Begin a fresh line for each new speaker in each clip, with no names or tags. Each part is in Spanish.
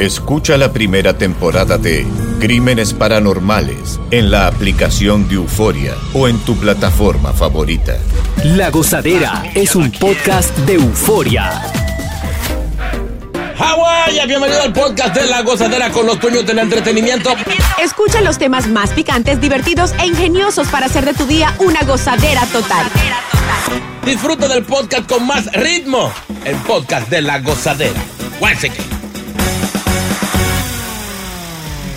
Escucha la primera temporada de Crímenes Paranormales en la aplicación de Euforia o en tu plataforma favorita.
La Gozadera es un podcast de euforia.
Hawái, bienvenido al podcast de La Gozadera con los dueños del entretenimiento.
Escucha los temas más picantes, divertidos e ingeniosos para hacer de tu día una gozadera total.
Disfruta del podcast con más ritmo. El podcast de La Gozadera. Guáseque.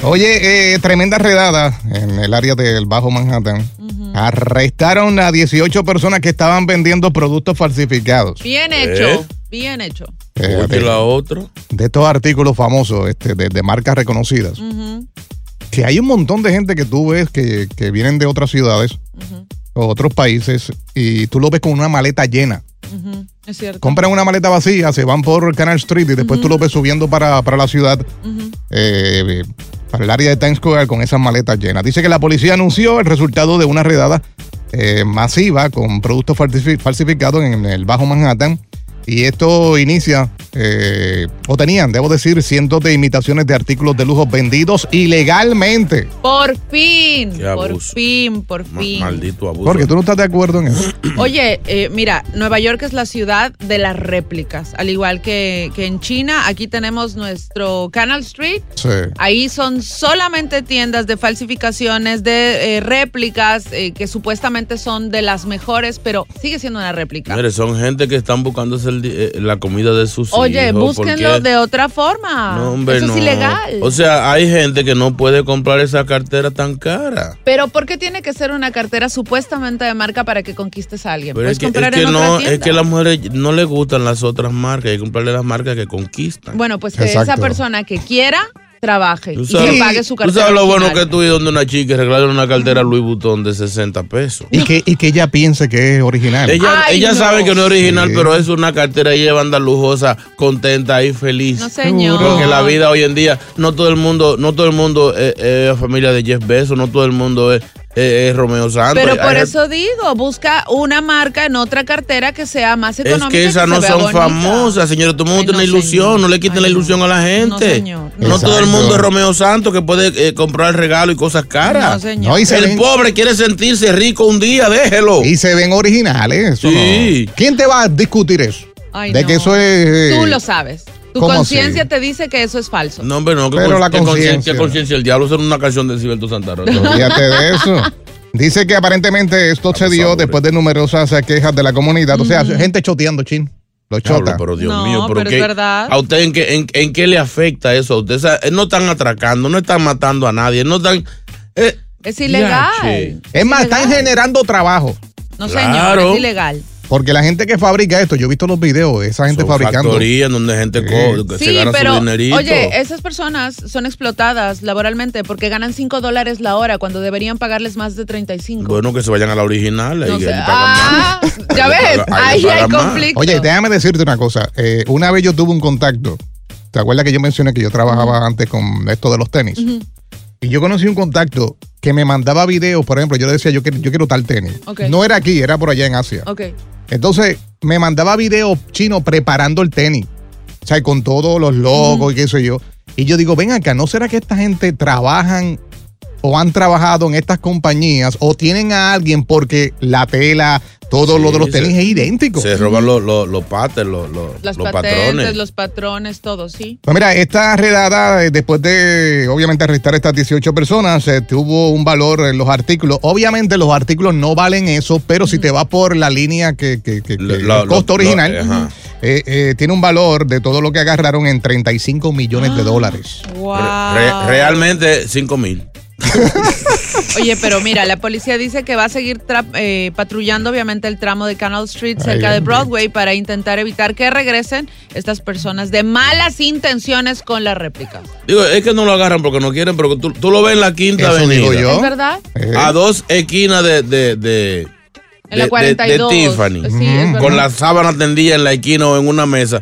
Oye, eh, tremenda redada en el área del Bajo Manhattan. Arrestaron a 18 personas que estaban vendiendo productos falsificados.
Bien
¿Eh?
hecho, bien hecho.
Eh, de,
otro.
de estos artículos famosos, este, de, de marcas reconocidas. Que hay un montón de gente que tú ves que, que vienen de otras ciudades o otros países y tú lo ves con una maleta llena.
Ujú, Es cierto.
Compran una maleta vacía, se van por Canal Street y después tú lo ves subiendo para, para la ciudad.
Ujú.
eh, para el área de Times Square con esas maletas llenas. Dice que la policía anunció el resultado de una redada eh, masiva con productos falsifi- falsificados en el Bajo Manhattan. Y esto inicia, eh, o tenían, debo decir, cientos de imitaciones de artículos de lujo vendidos ilegalmente.
Por fin,
Qué
por
abuso.
fin, por fin.
Maldito abuso.
Porque tú no estás de acuerdo en eso.
Oye, eh, mira, Nueva York es la ciudad de las réplicas. Al igual que, que en China, aquí tenemos nuestro Canal Street.
Sí.
Ahí son solamente tiendas de falsificaciones, de eh, réplicas, eh, que supuestamente son de las mejores, pero sigue siendo una réplica.
Mire, son gente que están buscando hacer el di- eh, la comida de sus
Oye,
hijos.
búsquenlo
porque-
de otra forma.
No, hombre,
Eso es
no.
ilegal.
O sea, hay gente que no puede comprar esa cartera tan cara.
Pero ¿por qué tiene que ser una cartera supuestamente de marca para que conquistes a alguien?
Pero
Puedes
es que, es
comprar
que
en otra
no,
tienda.
es que a las mujeres no le gustan las otras marcas, hay que comprarle las marcas que conquistan.
Bueno, pues que
Exacto.
esa persona que quiera trabaje
Tú
y
sabes-
que pague su
Tú
cartera.
sabes lo bueno que
original.
tú y donde una chica y regalarle una cartera Louis Vuitton de 60 pesos.
Y que, y que ella piense que es original.
Ella,
Ay,
ella
no.
sabe que no es original,
Sí.
pero es una cartera y anda lujosa, contenta y feliz.
No, señor.
Porque la vida hoy en día, no todo el mundo, no todo el mundo es, es familia de Jeff Bezos, no todo el mundo es, es- es Romeo Santos.
Pero por
Hay-
eso digo, busca una marca en otra cartera que sea más
es
económica. y
que esas
se
no
vea
son
bonita.
famosas, señores. Todo el mundo
Ay,
tiene
no,
ilusión,
señor.
no le quiten
Ay,
la
no.
ilusión a la gente.
No, señor.
No todo el
Exacto.
mundo es Romeo Santos que puede eh, comprar regalo y cosas caras.
No, señor.
No, y se
el
ven-
pobre quiere sentirse rico un día, déjelo.
Y se ven originales. eso
Sí.
no. ¿Quién te va a discutir eso?
Ay,
de
no.
que eso es. eh,
Tú lo sabes. Tu
¿Cómo
conciencia
así?
te dice que eso es falso.
eh, No, hombre, no. que
Pero
con-
la
que conciencia-
conciencia.
que conciencia el diablo. Eso era una canción de Ciberto Santa Rosa.
Fíjate de eso. Dice que aparentemente esto se dio
Abusadores.
después de numerosas quejas de la comunidad. O sea, gente choteando, chin. Los
Diablo,
chota.
pero Dios
No,
mío,
pero es
qué-
verdad.
¿A usted en qué, en, en qué le afecta eso? A usted, O sea, no están atracando, no están matando a nadie, no están. eh,
Es ilegal.
Yache.
Es más, están generando trabajo.
No,
Claro.
señor, es ilegal.
Porque la gente que fabrica esto, yo he visto los videos de esa gente
son
fabricando.
factorías en donde gente
Sí.
co- que se gana su dinerito.
Oye, esas personas son explotadas laboralmente porque ganan 5 dólares la hora cuando deberían pagarles más de 35.
bueno, que se vayan a la original. ahí
No
que
sé.
le pagan más.
Ah, ya ves,
Ahí
ahí
le
hay
pagan más.
conflicto.
Oye, déjame decirte una cosa. Eh, una vez yo tuve un contacto. ¿Te acuerdas que yo mencioné que yo trabajaba antes con esto de los tenis? Y yo conocí un contacto que me mandaba videos, por ejemplo, yo le decía, yo quiero, yo quiero tal tenis.
Ok.
No era aquí, era por allá en Asia.
Ok.
Entonces me mandaba videos chinos preparando el tenis. O sea, con todos los logos y qué sé yo. Y yo digo, ven acá, ¿no será que esta gente trabajan o han trabajado en estas compañías o tienen a alguien porque la tela, todo
Sí,
lo de los
se-
tenis es idéntico?
Se roban los, los, los patterns, los, los-
Las
los
patentes,
patrones.
los patrones, todo, sí.
Pues mira, esta redada, eh, después de obviamente arrestar a estas 18 personas, eh, tuvo un valor en los artículos. Obviamente los artículos no valen eso, pero si te vas por la línea que, que- que- que-
Lo- lo-
el costo
lo-
original,
ajá.
eh, eh, tiene un valor de todo lo que agarraron en 35 millones de dólares.
Wow.
Re- realmente, 5 mil.
Oye, pero mira, la policía dice que va a seguir tra- eh, patrullando obviamente el tramo de Canal Street cerca
Ay,
de
hombre.
Broadway para intentar evitar que regresen estas personas de malas intenciones con las réplicas.
Digo, es que no lo agarran porque no quieren, pero tú, tú lo ves en la quinta
Eso
avenida.
digo yo.
¿Es verdad?
Eh,
a dos esquinas de, de, de,
En la
de-
42.
de Tiffany.
Sí, es verdad.
con la sábana tendida en la esquina o en una mesa.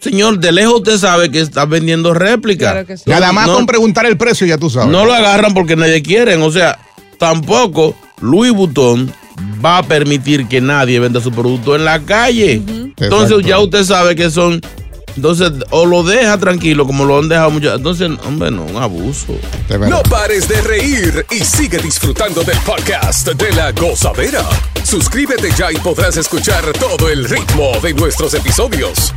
Señor, de lejos usted sabe que está vendiendo réplicas.
Claro que sí.
Nada más
no,
con preguntar el precio, ya tú sabes.
no lo agarran porque nadie quieren. O sea, tampoco Louis Vuitton va a permitir que nadie venda su producto en la calle. Entonces
Exacto.
ya usted sabe que son... Entonces, o lo deja tranquilo, como lo han dejado muchas... Entonces, hombre, no, un abuso.
De verdad.
No pares de reír y sigue disfrutando del podcast de la gozadera. Suscríbete ya y podrás escuchar todo el ritmo de nuestros episodios.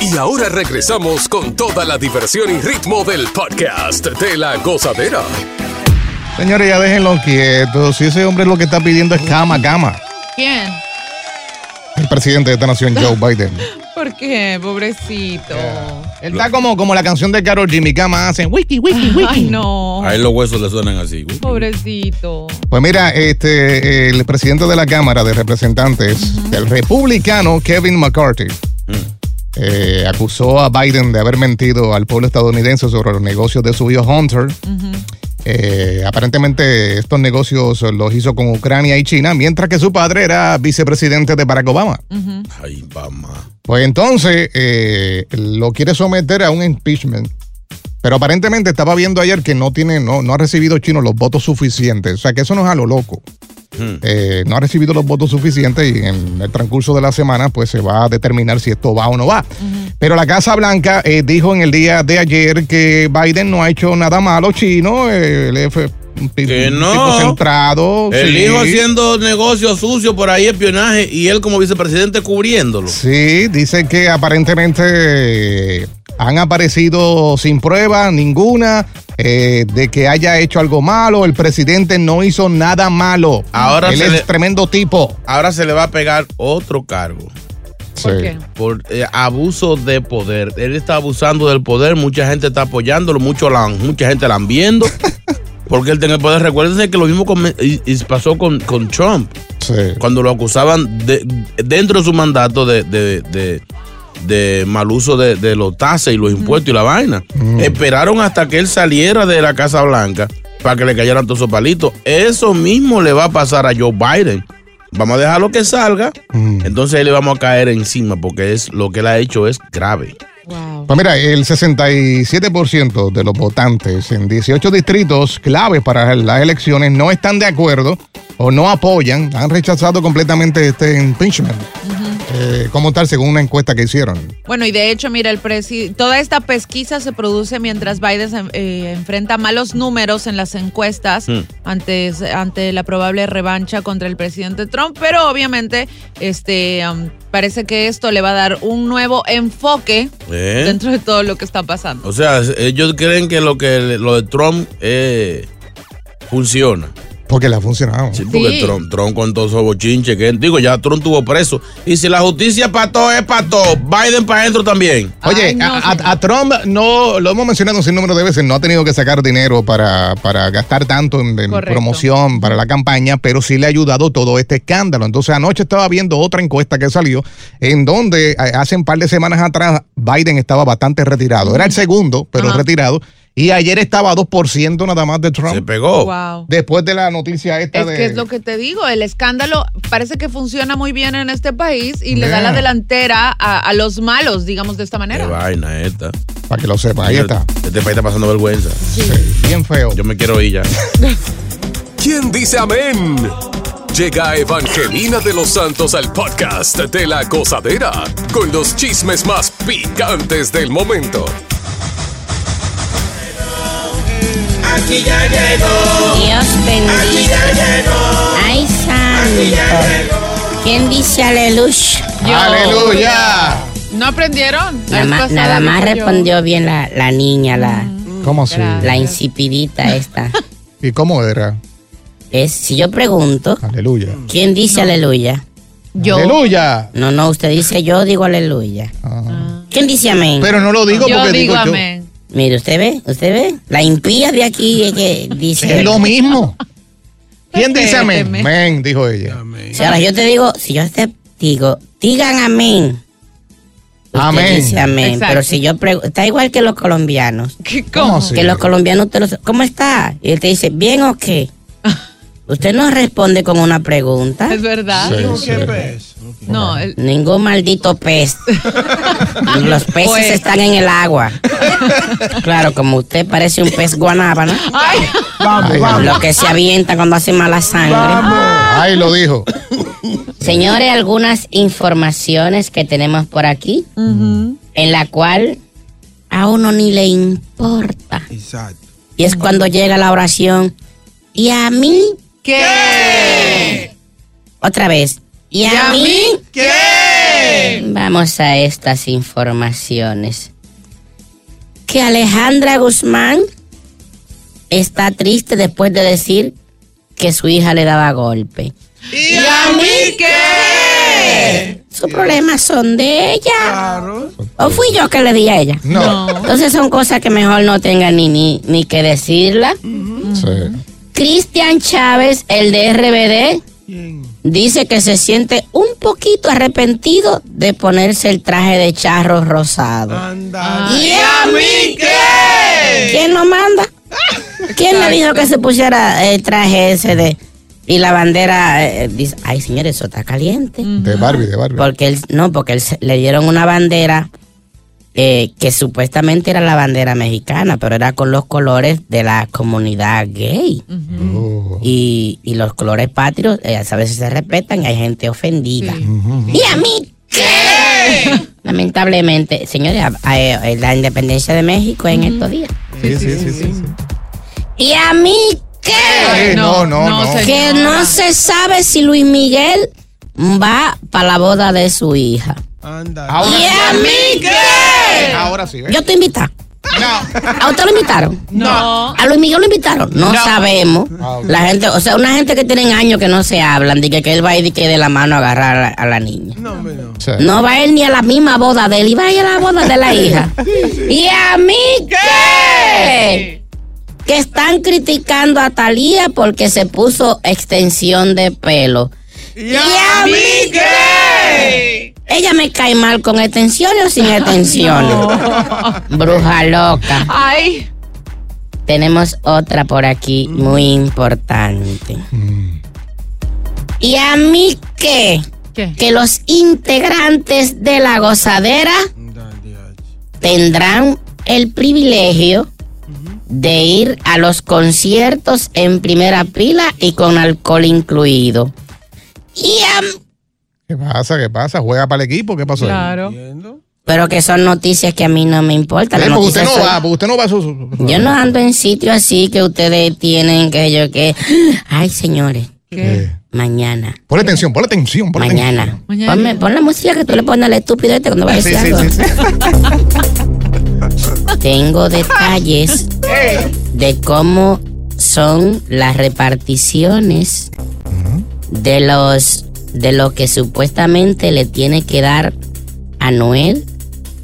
Y ahora regresamos con toda la diversión y ritmo del podcast de la gozadera.
Señores, ya déjenlo quieto. Si ese hombre lo que está pidiendo es cama, cama.
¿Quién?
El presidente de esta nación, Joe Biden.
¿Por qué? Pobrecito.
Él está como, como la canción de Carol Jimmy Cama hacen wiki, wiki, wiki.
Ay, no.
A él los huesos le suenan así. güey.
Pobrecito.
Pues mira, este el presidente de la Cámara de Representantes, el republicano Kevin McCarthy, eh, acusó a Biden de haber mentido al pueblo estadounidense sobre los negocios de su hijo Hunter. Eh, aparentemente estos negocios los hizo con Ucrania y China, mientras que su padre era vicepresidente de Barack Obama.
Ay, mamá.
Pues entonces eh, lo quiere someter a un impeachment. Pero aparentemente estaba viendo ayer que no tiene, no, no ha recibido chino los votos suficientes. O sea que eso no es a lo loco.
Hmm.
Eh, no ha recibido los votos suficientes y en el transcurso de la semana pues se va a determinar si esto va o no va. Pero la Casa Blanca eh, dijo en el día de ayer que Biden no ha hecho nada malo chino. eh, él fue un tipo,
Que
un
no.
tipo centrado.
El
Oh, sí.
hijo haciendo negocios sucios por ahí, espionaje, y él como vicepresidente cubriéndolo.
Sí, dice que aparentemente eh, han aparecido sin prueba ninguna eh, de que haya hecho algo malo. El presidente no hizo nada malo.
Ahora
Él
se
es
le-
tremendo tipo.
Ahora se le va a pegar otro cargo
¿Por
Sí.
qué?
por eh, abuso de poder. Él está abusando del poder, mucha gente está apoyándolo, mucho la, mucha gente la han viendo. Porque él tiene el poder. Recuérdense que lo mismo con- y- y pasó con, con Trump.
Sí.
cuando lo acusaban de- dentro de su mandato de, de- de- de mal uso de, de los tases y los impuestos y la vaina. Esperaron hasta que él saliera de la Casa Blanca para que le cayeran todos esos palitos. Eso mismo le va a pasar a Joe Biden. Vamos a dejarlo que salga,
Mm.
entonces ahí le vamos a caer encima porque es lo que él ha hecho es grave.
Wow.
Pues mira, el 67% de los votantes en 18 distritos claves para las elecciones no están de acuerdo o no apoyan, han rechazado completamente este impeachment. Eh, como tal, según una encuesta que hicieron.
Bueno, y de hecho, mira, el presi- toda esta pesquisa se produce mientras Biden se, eh, enfrenta malos números en las encuestas
Mm.
antes, ante la probable revancha contra el presidente Trump, pero obviamente este, um, parece que esto le va a dar un nuevo enfoque
¿Eh?
dentro de todo lo que está pasando.
O sea, ellos creen que lo, que, lo de Trump eh, funciona.
Porque le ha funcionado.
Sí, porque
Sí.
Trump, Trump con todos esos bochinches que digo, ya Trump tuvo preso. Y si la justicia para todo es para todo, Biden para adentro también.
Oye,
Ay, no,
a, a-
señor.
a Trump no, lo hemos mencionado sin número de veces, no ha tenido que sacar dinero para, para gastar tanto en, en
Correcto.
promoción para la campaña, pero sí le ha ayudado todo este escándalo. Entonces anoche estaba viendo otra encuesta que salió en donde eh, hace un par de semanas atrás Biden estaba bastante retirado. Era el segundo, pero
Ajá.
retirado. Y ayer estaba a 2% nada más de
Se
Trump.
pegó.
Wow.
Después de la noticia esta
Es
de...
que es lo que te digo, el escándalo parece que funciona muy bien en este país y le da
Yeah.
la delantera a, a los malos, digamos de esta
Qué
manera.
vaina esta.
Para que lo sepa, ahí está.
Este país está pasando vergüenza.
Sí, Bien feo.
Yo me quiero ir ya.
¿Quién dice amén? Llega Evangelina de los Santos al podcast de la gozadera con los chismes más picantes del momento.
Dios bendiga. Ay, santo. ¿Quién dice aleluya?
¡Aleluya!
¿No aprendieron? La
Nada
vez
más,
pasada
nada más
dije yo.
respondió bien la, la niña, la,
¿Cómo así?
Gracias.
la insipidita esta.
¿Y cómo era?
Es, si yo pregunto,
Aleluya.
¿quién dice aleluya?
Yo.
¡Aleluya!
No, no, usted dice yo digo aleluya.
Ah.
¿Quién dice amén?
Pero no lo digo
Yo
porque
digo
digo yo.
amén.
Mire, usted ve, usted ve. La impía de aquí es que dice.
Es lo mismo. ¿Quién
Respéteme.
dice amén? Amén, dijo ella.
O sea, ahora yo te digo, si yo te digo, digan amén. Usted
Amén.
dice amén.
Exacto.
Pero si yo pregunto, está igual que los colombianos.
¿Qué,
¿Cómo
¿Cómo?
así?
Que los colombianos te los. ¿Cómo está? Y él te dice, ¿bien o qué? Usted no responde con una pregunta.
Es verdad. No, el-
Ningún maldito pez. Los peces
Pues.
están en el agua. Claro, como usted parece un pez
Ah,
guanábana,
Ay,
Ay,
lo que se avienta cuando hace mala sangre.
Ahí lo dijo.
Señores, algunas informaciones que tenemos por aquí, en la cual a uno ni le importa.
Exacto.
Y es cuando llega la oración. ¿Y a mí?
¿qué?
Otra vez. ¿Y a, mí?
¿Qué?
Vamos a estas informaciones. Que Alejandra Guzmán está triste después de decir que su hija le daba golpe.
¿Y a mí qué?
Sus problemas son de ella.
Claro.
¿O fui yo que le di a ella?
No.
Entonces son cosas que mejor no tengan ni, ni, ni que decirla.
Sí.
Cristian Chávez, el de RBD, dice que se siente un poquito arrepentido de ponerse el traje de charro rosado.
Anda.
¿Y a mí qué? ¿Quién lo manda? ¿Quién le dijo que se pusiera el traje ese de... Y la bandera eh, dice, ay señores, eso está caliente.
De Barbie, de Barbie.
Porque él, no, porque él se- le dieron una bandera eh, que supuestamente era la bandera mexicana, pero era con los colores de la comunidad gay.
Oh.
Y, y los colores patrios eh, a veces se respetan y hay gente ofendida. ¿Y a mí qué? Lamentablemente, señores, a- a- eh, la independencia de México es en estos días.
Sí, sí, sí, sí, sí.
¿Y a mí qué?
Ay, no, no, no.
señora.
Que no se sabe si Luis Miguel va para la boda de su hija.
Anda.
Ahora,
¿Y a mí qué?
ahora sí, ¿ves?
Yo te invitado.
No.
¿A usted lo invitaron?
No.
¿A Luis Miguel lo invitaron? No, sabemos.
Ah, ok.
La gente, o sea, una gente que tienen años que no se hablan, de que, que él va a ir de, que de la mano a agarrar a la, a la niña.
No, hombre, no.
Sí.
No va a ir ni a la misma boda de él, iba a ir a la boda de la hija. ¿Y a mí qué? Que están criticando a Talía porque se puso extensión de pelo. ¿Y a mí qué? Ella me cae mal con extensiones o sin extensiones. Bruja loca.
Ay,
Tenemos otra por aquí
Mm.
muy importante. ¿Y a mí qué?
¿qué?
Que los integrantes de la gozadera
Anda, DH.
tendrán el privilegio de ir a los conciertos en primera pila y con alcohol incluido. ¿Y a mí-
¿Qué pasa? ¿Qué pasa? ¿Juega para el equipo? ¿Qué pasó?
Claro.
¿Entiendo?
Pero que son noticias que a mí no me importan.
Sí,
las
porque usted no
noticias son-
va, porque usted no va a su- su-
Yo no ando en sitio así que ustedes tienen que yo que... Ay, señores,
¿Qué?
Eh,
mañana.
Ponle atención, ponle atención, ponle
Mañana.
Mañana.
Ponme- pon la música que tú le pones al estúpido este cuando vayas a decir
atención.
algo.
Sí, sí, sí, sí.
Tengo detalles de cómo son las reparticiones de los de lo que supuestamente le tiene que dar a Noel,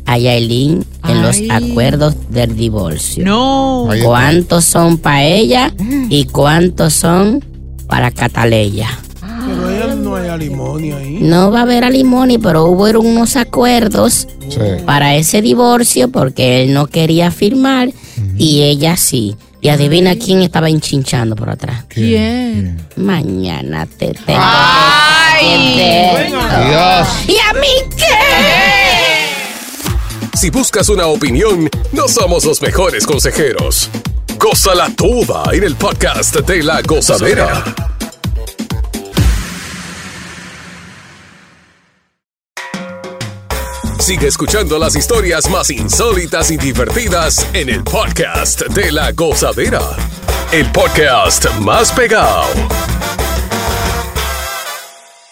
a Yailin en los
Ay.
acuerdos del divorcio.
No.
Ahí está.
¿Cuántos son para ella y cuántos son para Cataleya?
Pero ella no hay alimony ahí.
No va a haber alimony, pero hubo unos acuerdos
Sí.
para ese divorcio porque él no quería firmar y ella sí. Y adivina quién estaba enchinchando por atrás.
¿Quién?
Mañana te tengo.
Ah.
Ay.
que ver.
Dios.
¿Y a mí qué?
Si buscas una opinión, no somos los mejores consejeros. Gózala toda en el podcast de La Gozadera. Sigue escuchando las historias más insólitas y divertidas en el podcast de La Gozadera. El podcast más pegado.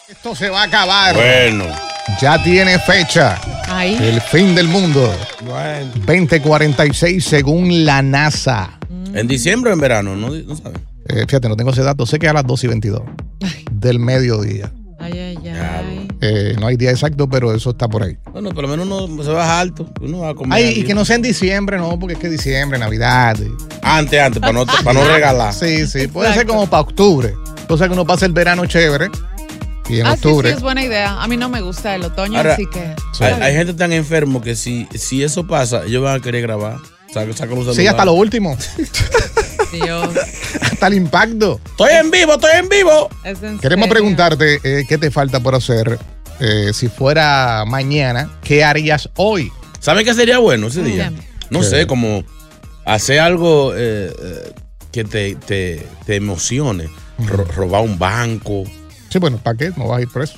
Esto se va a acabar.
Bueno,
Ya tiene fecha.
Ay.
El fin del mundo.
Bueno.
2046 según la NASA.
en diciembre o en verano, no, no sabes.
Eh, fíjate, no tengo ese dato. Sé que es a las 2 y 22 del mediodía.
Ay, ay, ay.
Eh, no hay día exacto, pero eso está por ahí.
Bueno, por lo menos uno se baja alto. Uno va a comer.
Ay, y
algo.
que no sea en diciembre, no, porque es que diciembre, Navidad. eh.
Antes, antes, para no, para no regalar.
Sí, sí. Puede ser como para octubre. Cosa que uno pasa el verano chévere. Y en
Ah, sí,
octubre.
sí, es buena idea. A mí no me gusta el otoño,
Ahora-
así que.
Hay, hay gente tan enfermo que si, si eso pasa, ellos van a querer grabar. Saca, saca los
Sí, hasta
celulares.
lo último.
Dios.
Hasta el impacto.
Estoy en vivo, estoy en vivo.
Es en
Queremos
serio.
preguntarte eh, qué te falta por hacer eh, si fuera mañana, ¿qué harías hoy?
¿Sabe qué sería bueno ese día? No sé, como hacer algo eh, eh, que te, te- te emocione. Ro- robar un banco.
Sí, bueno, ¿para qué? No vas a ir preso.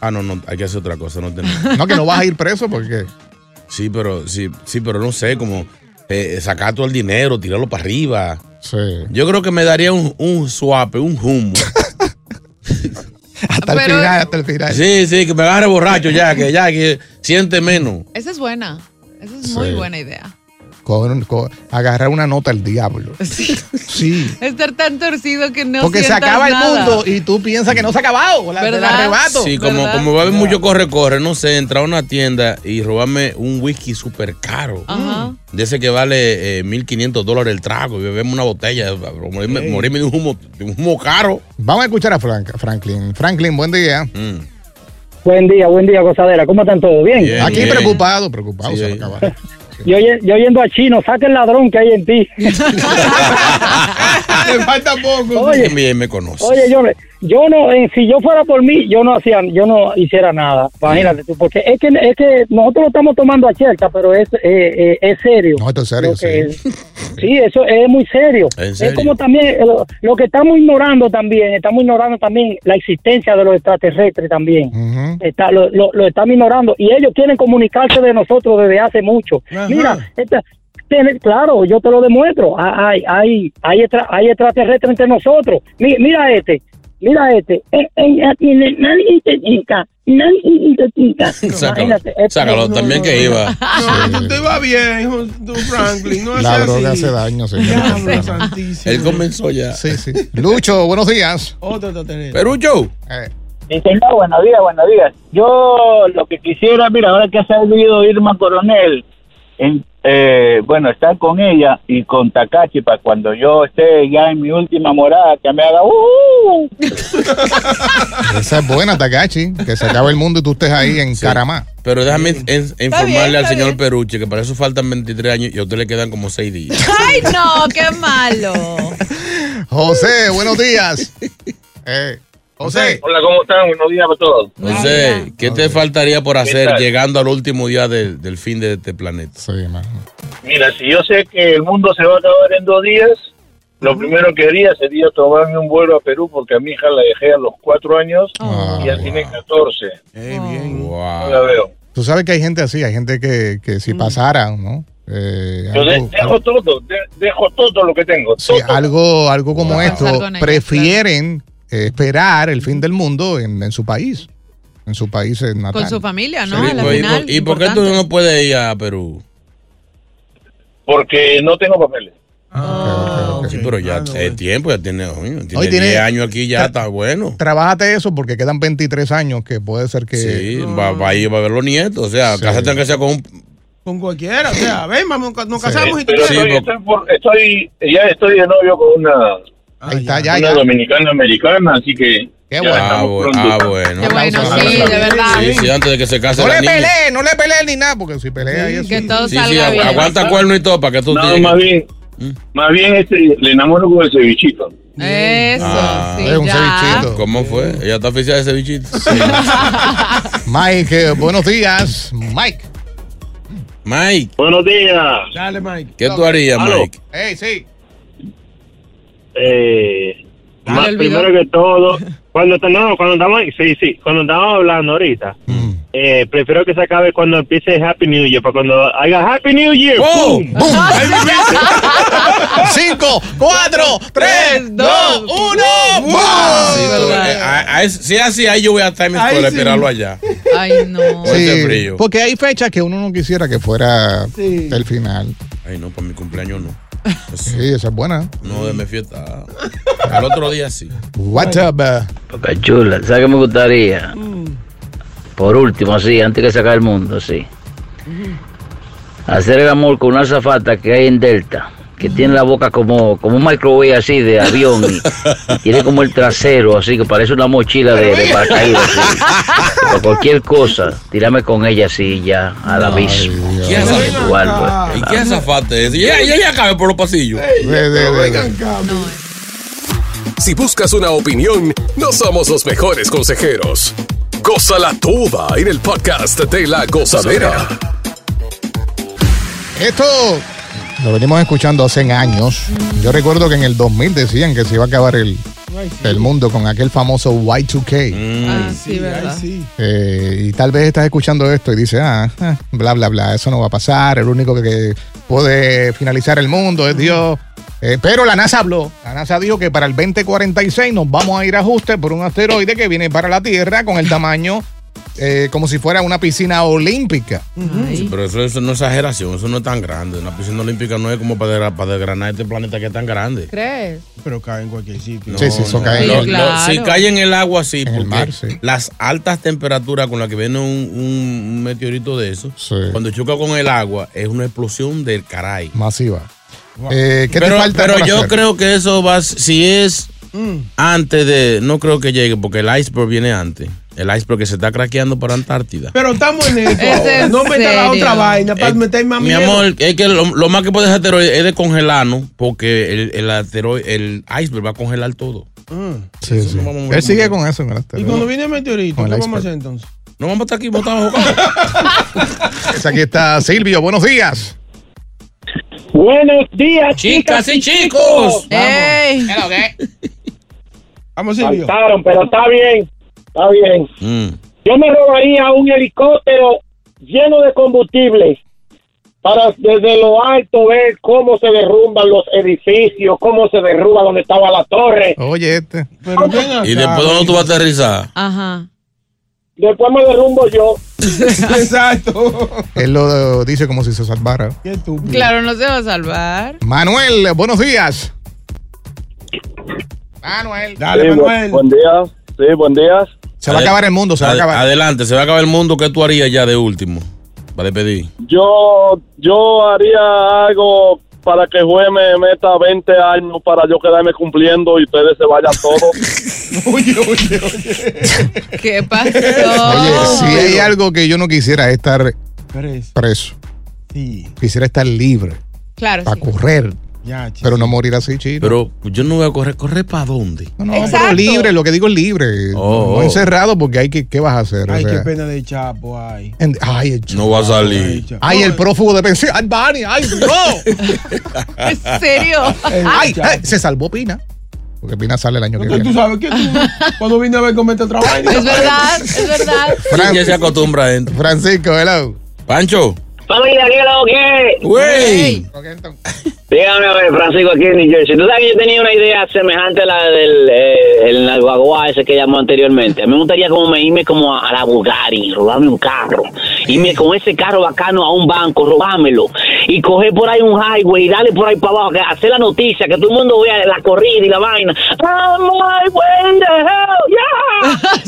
Ah, no, no, hay que hacer otra cosa. No, tenemos.
No, que no vas a ir preso porque.
sí, pero, sí, sí, pero no sé, como eh, sacar todo el dinero, tirarlo para arriba.
Sí.
Yo creo que me daría un, un swap, un humo.
hasta el final, hasta el final.
Sí, sí, que me agarre borracho ya, que ya, que siente menos.
Esa es buena. Esa es muy buena idea.
Con- con- agarrar una nota al diablo.
Sí.
Sí.
Estar tan torcido que no
porque se
sientas
acaba el
nada.
mundo y tú piensas que no se ha acabado. La, del
¿Verdad?
arrebato.
Sí, como, como va a haber mucho corre-corre, no sé, entrar a una tienda y robarme un whisky súper caro.
Ajá.
De ese que vale eh, 1.500 dólares el trago y beberme una botella, morirme,
Ey.
morirme de, un humo, de un humo caro. Mm,
Vamos a escuchar a Frank- Franklin. Franklin, buen día.
Buen día, buen día, gozadera. ¿Cómo están todos? ¿Bien?
Aquí preocupado, preocupado. se va a acabar.
Yo, oye- yo yendo a Chino, saca el ladrón que hay en ti.
Te falta poco.
Oye.
Bien me conoce.
Oye, yo, yo no, eh, si yo fuera por mí, yo no hacía, yo no hiciera nada. Imagínate tú, porque es que, es que nosotros lo estamos tomando a chelta, pero es, eh, eh, es serio. No,
esto es serio, sí.
Sí, eso es muy serio.
¿En
Es
serio?
como también eh, lo, lo que estamos ignorando también, estamos ignorando también la existencia de los extraterrestres también. Está, lo, lo, lo estamos ignorando y ellos quieren comunicarse de nosotros desde hace mucho. Mira, esta- tiene- claro, yo te lo demuestro. Ah, Hay, hay, hay, extra- hay extraterrestres entre nosotros. Mi- mira este, mira este. Eh, ella tiene nadie te tica, nadie te tica.
Sácalo,
Imagínate, este-
sácalo
no,
también
no,
que
no.
iba.
No, tú te va bien, hijo, tú, Franklin. No
La
es
droga
así.
hace daño, señor.
Diablo santísimo.
Él comenzó ya.
Sí, sí. Lucho, buenos días. Eh,
Otro toterero.
Perucho.
Licenciado, buenos días, buenos días. Yo lo que quisiera, mira, ahora que ha salido Irma Coronel, en- eh, bueno, estar con ella y con Takachi para cuando yo esté ya en mi última morada, que me haga ¡uh!
Esa es buena, Takachi. Que se acaba el mundo y tú estés ahí en Caramá.
Pero déjame en- en- informarle
bien,
al
está
señor Peruche que para eso faltan 23 años y a usted le quedan como 6 días.
Ay, no, qué malo.
José, buenos días. Eh, José.
Hola, ¿cómo están? Buenos días para todos.
Ah,
José, Pues, ¿qué te faltaría por
¿Qué
hacer
tal?
llegando al último día del- del fin de este planeta?
Sí,
Mira, si yo sé que el mundo se va a acabar en dos días, lo primero que haría sería tomarme un vuelo a Perú porque a mi hija la dejé a los cuatro años
Ah,
y ya tiene 14. No la veo.
Tú sabes que hay gente así, hay gente que, que si pasara, ¿no? Eh,
Yo de-
algo,
dejo todo, de- dejo todo lo que tengo.
sí, algo, algo como
Wow.
esto,
Pasar con ella,
prefieren eh, esperar el fin del mundo en, en su país, en su país eh, natal.
Con su familia, ¿no?
Sí,
A la
pues, ¿y
final.
por- ¿Y por qué tú no puedes ir a Perú?
Porque no tengo papeles.
Oh, Sí, pero ya es tiempo, ya tiene, coño, tiene,
Hoy tiene-
10 años aquí, ya
Tra-
está bueno.
Trabájate eso porque quedan 23 años que puede ser que...
Sí, va, va a ir va a ver los nietos. O sea, cásate aunque sea con un.
Con cualquiera, o sea, ven, vamos, nos casamos y tú
Pero
te-
estoy, estoy por- estoy- ya estoy de novio con una,
Ah, Ahí está, ya,
una
ya.
dominicana americana, así que ya
bueno.
Ah,
estamos
bu-
pronto.
ah, bueno.
sí, de verdad. ¿eh?
Sí, sí, antes de que se case
No
la
le
niña.
pelee, no le pelee ni nada, porque si pelea y eso...
Que todo
Sí, sí,
salga
agu-
bien.
aguanta cuerno y todo para que tú
No,
te-
más bien,
Mm.
más bien este, le enamoro con el cevichito.
Eso,
Ah,
sí, ya.
¿Cómo fue? Ella está oficial de ese bichito.
Mike, eh, buenos días. Mike.
Mike.
Buenos días.
Dale, Mike.
¿Qué tú harías,
Aló.
Mike?
Hey, sí.
eh,
Dale,
más-
el video.
primero que todo, cuando te- no, cuando estamos, sí, sí, cuando estamos hablando ahorita, eh, prefiero que se acabe cuando empiece Happy New Year, para cuando haga Happy New Year. ¡Boom!
Cinco, cuatro, tres, dos, uno.
Sí, tú- eh, a- a- si es así, ahí yo voy a estar en mi
Ahí
escuela,
sí.
esperarlo allá.
Ay, no.
Con ese frío.
porque hay fechas que uno no quisiera que fuera
Sí.
el final.
Ay, no, para mi cumpleaños no.
Sí, esa es buena.
No, de mi fiesta. Al otro día sí.
What's up? eh?
Boca chula, ¿sabes qué me gustaría? Por último, sí, antes que se acabe el mundo, sí. Hacer el amor con una zafata que hay en Delta,
que tiene la boca como, como un microwave así de avión y, y tiene como el trasero así que parece una mochila de, de paracaídas. así. Pero cualquier cosa, tírame con ella así ya al abismo.
¿Qué
Como
azafate?
tu alma.
¿Y qué azafate es? Ya, ya, ya acabé por los pasillos.
Si buscas una opinión, no somos los mejores consejeros. Goza la tuba en el podcast de la gozadera.
Esto lo venimos escuchando hace años. Yo recuerdo que en el 2000 decían que se iba a acabar el, el mundo con aquel famoso Y2K.
Mm.
Ah, sí, verdad.
Eh, y tal vez estás escuchando esto y dices, ah, eh, bla, bla, bla, eso no va a pasar, el único que, que puede finalizar el mundo es Dios. Eh, pero la NASA habló, la NASA dijo que para el 2046 nos vamos a ir a ajuste por un asteroide que viene para la Tierra con el tamaño eh, como si fuera una piscina olímpica.
Sí, pero eso, eso no es exageración, eso no es tan grande. Una piscina olímpica no es como para, degra- para desgranar este planeta que es tan grande.
¿Crees?
Pero cae en cualquier sitio.
No,
Sí, sí, eso
no.
cae en
Lo-
el-
lo-
Claro.
Si cae en el agua, sí, porque
mar, sí.
las altas temperaturas con las que viene un, un meteorito de eso, cuando choca con el agua, es una explosión del caray.
Masiva. Eh, ¿Qué
pero
te falta? Mm.
pero
por
yo
hacer?
creo que eso va, si es antes de, no creo que llegue, porque el iceberg viene antes. El iceberg que se está craqueando para Antártida. Eh,
Pero estamos en esto.
Es en
no metas la
serio.
otra vaina para meter más
Mi
miedo.
amor, es que lo, lo más que puede hacer asteroide es de congelarnos, porque el, el, asteroide- el iceberg va a congelar todo.
Mm.
Sí, sí.
no vamos a ver
Él sigue con eso. con el
Y
asteroide.
cuando viene el meteorito,
Con
¿qué
el
vamos a
iceberg.
hacer entonces?
No vamos a estar aquí botados jugando.
Aquí está Silvio, buenos días.
Buenos días,
chicas y
chicos.
¡Ey!
Vamos,
Silvio. Faltaron, pero está bien. Está bien.
Mm.
Yo me robaría un helicóptero lleno de combustible para desde lo alto ver cómo se derrumban los edificios, cómo se derruba donde estaba la torre.
Oye, este.
Pero ven acá,
Y después, ¿dónde tú vas a aterrizar?
Ajá.
Después me derrumbo yo.
Exacto.
Él lo dice como si se salvara.
Claro, no se va a salvar.
Manuel, buenos días.
Manuel.
Dale,
Sí, bu-
Manuel.
Buen día. Sí, buen día.
Se va a
Ade-
acabar el mundo, se va a
ade-
acabar.
Adelante, se va a acabar el mundo. ¿Qué tú harías ya de último? Para despedir.
Yo, yo haría algo para que juez me meta 20 años para yo quedarme cumpliendo y ustedes se vayan todos.
Oye, oye, oye.
¿Qué pasó?
Oye,
Oh.
si hay algo que yo no quisiera es estar preso. Quisiera estar libre,
Pues
Claro,
para
sí.
correr,
Ya, chico.
pero no morir así, chido.
Pero yo no voy a correr. ¿Correr para dónde?
No, no,
Exacto.
pero libre, lo que digo es libre.
Oh,
No
oh.
encerrado porque hay que, ¿qué vas a hacer? O
Ay, qué
sea,
pena de Chapo, ay.
en- ay, el,
No va a salir.
ay, el prófugo
eh.
de pensión. Ay, Barney, ay, no.
¿En serio?
ay, ay, se salvó Pina. Porque Pina sale el año que
Que
viene.
tú sabes que tú, cuando vine a ver cómo este trabajo.
Es verdad, es verdad.
Sí, ya se acostumbra a esto.
Francisco, hello.
Pancho.
Familia, ¿qué es lo que? Güey. Dígame, a ver, Francisco, aquí en New Jersey. Tú sabes que yo tenía una idea semejante a la del eh, el Nalguaguá ese que llamó anteriormente. A mí me gustaría como me irme como a, a la Bulgari, robarme un carro. Irme con ese carro bacano a un banco, robármelo. Y coger por ahí un highway y darle por ahí para abajo, que- hacer la noticia, que todo el mundo vea la corrida y la vaina. I'm like, when the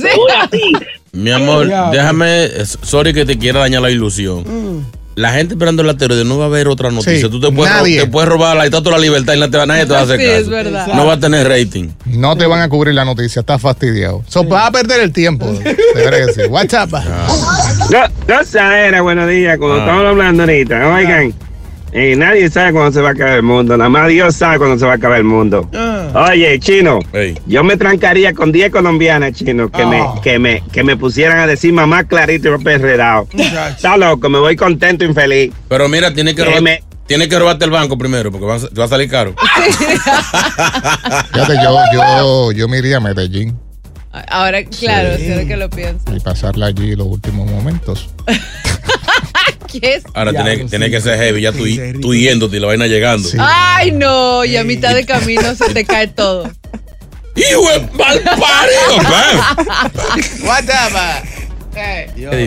hell, yeah. Me voy así.
Mi amor, déjame. eh, Sorry que te quiera dañar la ilusión. La gente esperando el asteroide no va a ver otra noticia.
Sí,
Tú te puedes, ro-
nadie.
te puedes robar la estatua de la libertad y la te, nadie te va a hacer
Sí,
caso.
es verdad.
No va a tener rating.
No te van a cubrir la noticia, estás fastidiado. So, Vas a perder el tiempo. De verdad que sí. WhatsApp.
Ah.
era buenos días, cuando estamos hablando ahorita, oigan,
Ah.
eh, nadie sabe cuándo se va a acabar el mundo, nada más Dios sabe cuándo se va a acabar el mundo.
Ah.
Oye, chino, yo me trancaría con 10 colombianas, chino, que me,
Ah.
que me, que me pusieran a decir mamá clarito y ropa enredado. Está loco, me voy contento, infeliz.
Pero mira, tienes que,
Eh,
robar-
me-
tienes que robarte el banco primero porque va a, te va a salir caro.
Fíjate, yo, yo, yo me iría a Medellín
Ahora, claro,
Sí.
sé que lo pienso.
y pasarla allí los últimos momentos.
¿Qué es?
Ahora
pues
tienes, tienes que ser heavy. Ya tú, tú yéndote y la vaina llegando.
Ay, no, y a mitad de camino se te cae todo.
¡Hijo de mal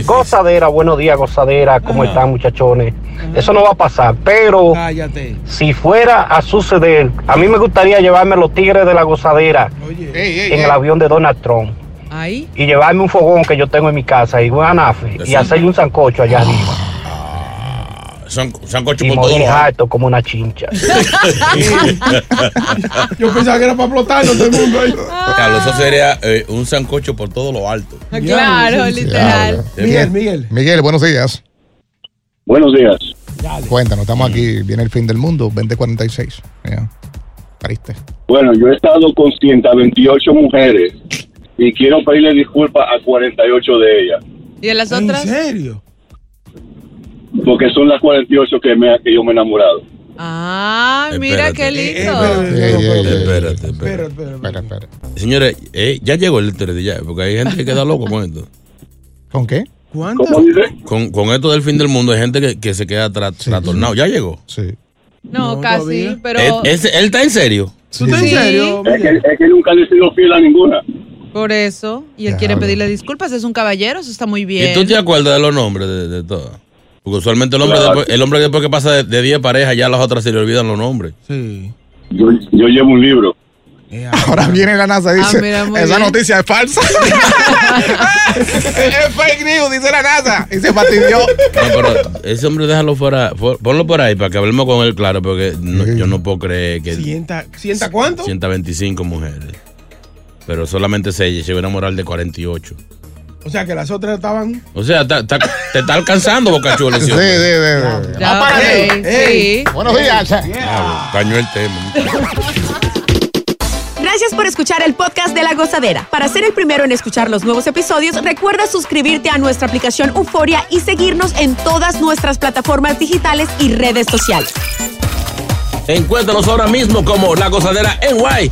Gozadera, buenos días, gozadera. ¿Cómo están, muchachones? Eso no va a pasar, pero
Cállate.
si fuera a suceder, a mí me gustaría llevarme los tigres de la gozadera en el avión de Donald Trump
Ahí.
y llevarme un fogón que yo tengo en mi casa y un anafe y hacerle un sancocho allá arriba.
Son, sancocho
y
por todos
morir
los lados.
harto como una chincha.
Yo pensaba que era para explotar todo el mundo ahí.
Ah.
Carlos, eso sería eh, un sancocho por todo lo alto.
Claro, literal.
Miguel, Miguel. Miguel, buenos días.
Buenos días.
Cuéntanos, estamos aquí, viene el fin del mundo, 2046. Ya. Pariste.
Bueno, yo he estado con 128 mujeres y quiero pedirle disculpas a 48 de ellas,
¿Y a las otras? ¿En serio?
porque son las 48 que, me, que yo me he enamorado.
Ah, mira qué lindo.
Eh,
Eh,
espérate, espérate, espérate, Señores, eh, ya llegó el 3 de ya, porque hay gente que queda loco con esto.
¿Con qué?
Con, con esto del fin del mundo hay gente que, que se queda tra- trastornado. ¿Ya llegó?
Sí.
No, Eh, casi, pero.
¿Él, es- él está en serio?
estás en Sí. serio?
Es que, es que nunca le he sido fiel a ninguna.
Por eso. Y él quiere pedirle disculpas. Es un caballero, eso está muy
¿Y
bien.
tú te acuerdas de los nombres de, de todas? Porque usualmente el hombre,
Claro.
después, el hombre después que pasa de de 10 parejas, ya a las otras se le olvidan los nombres.
Yo, yo llevo un libro.
Ahora viene la NASA y dice,
mira, muy
esa
bien.
noticia es falsa. es fake news, dice la NASA. Y se fastidió.
No, pero ese hombre déjalo fuera, fu- ponlo por ahí para que hablemos con él, claro, porque no- yo no puedo creer que
¿Sienta, ¿sienta cuánto?
125 mujeres. Pero solamente se llegó a enamorar de 48.
O sea, que las otras estaban.
O sea, ta- ta- te está alcanzando, Boca Chula. Sí, sí,
sí.
Ya,
Apárate.
ok,
Ey,
sí.
Buenos días.
Cañó Ah, el tema.
Gracias por escuchar el podcast de La Gozadera. Para ser el primero en escuchar los nuevos episodios, recuerda suscribirte a nuestra aplicación Euforia y seguirnos en todas nuestras plataformas digitales y redes sociales.
Encuéntranos ahora mismo como La Gozadera en Guay.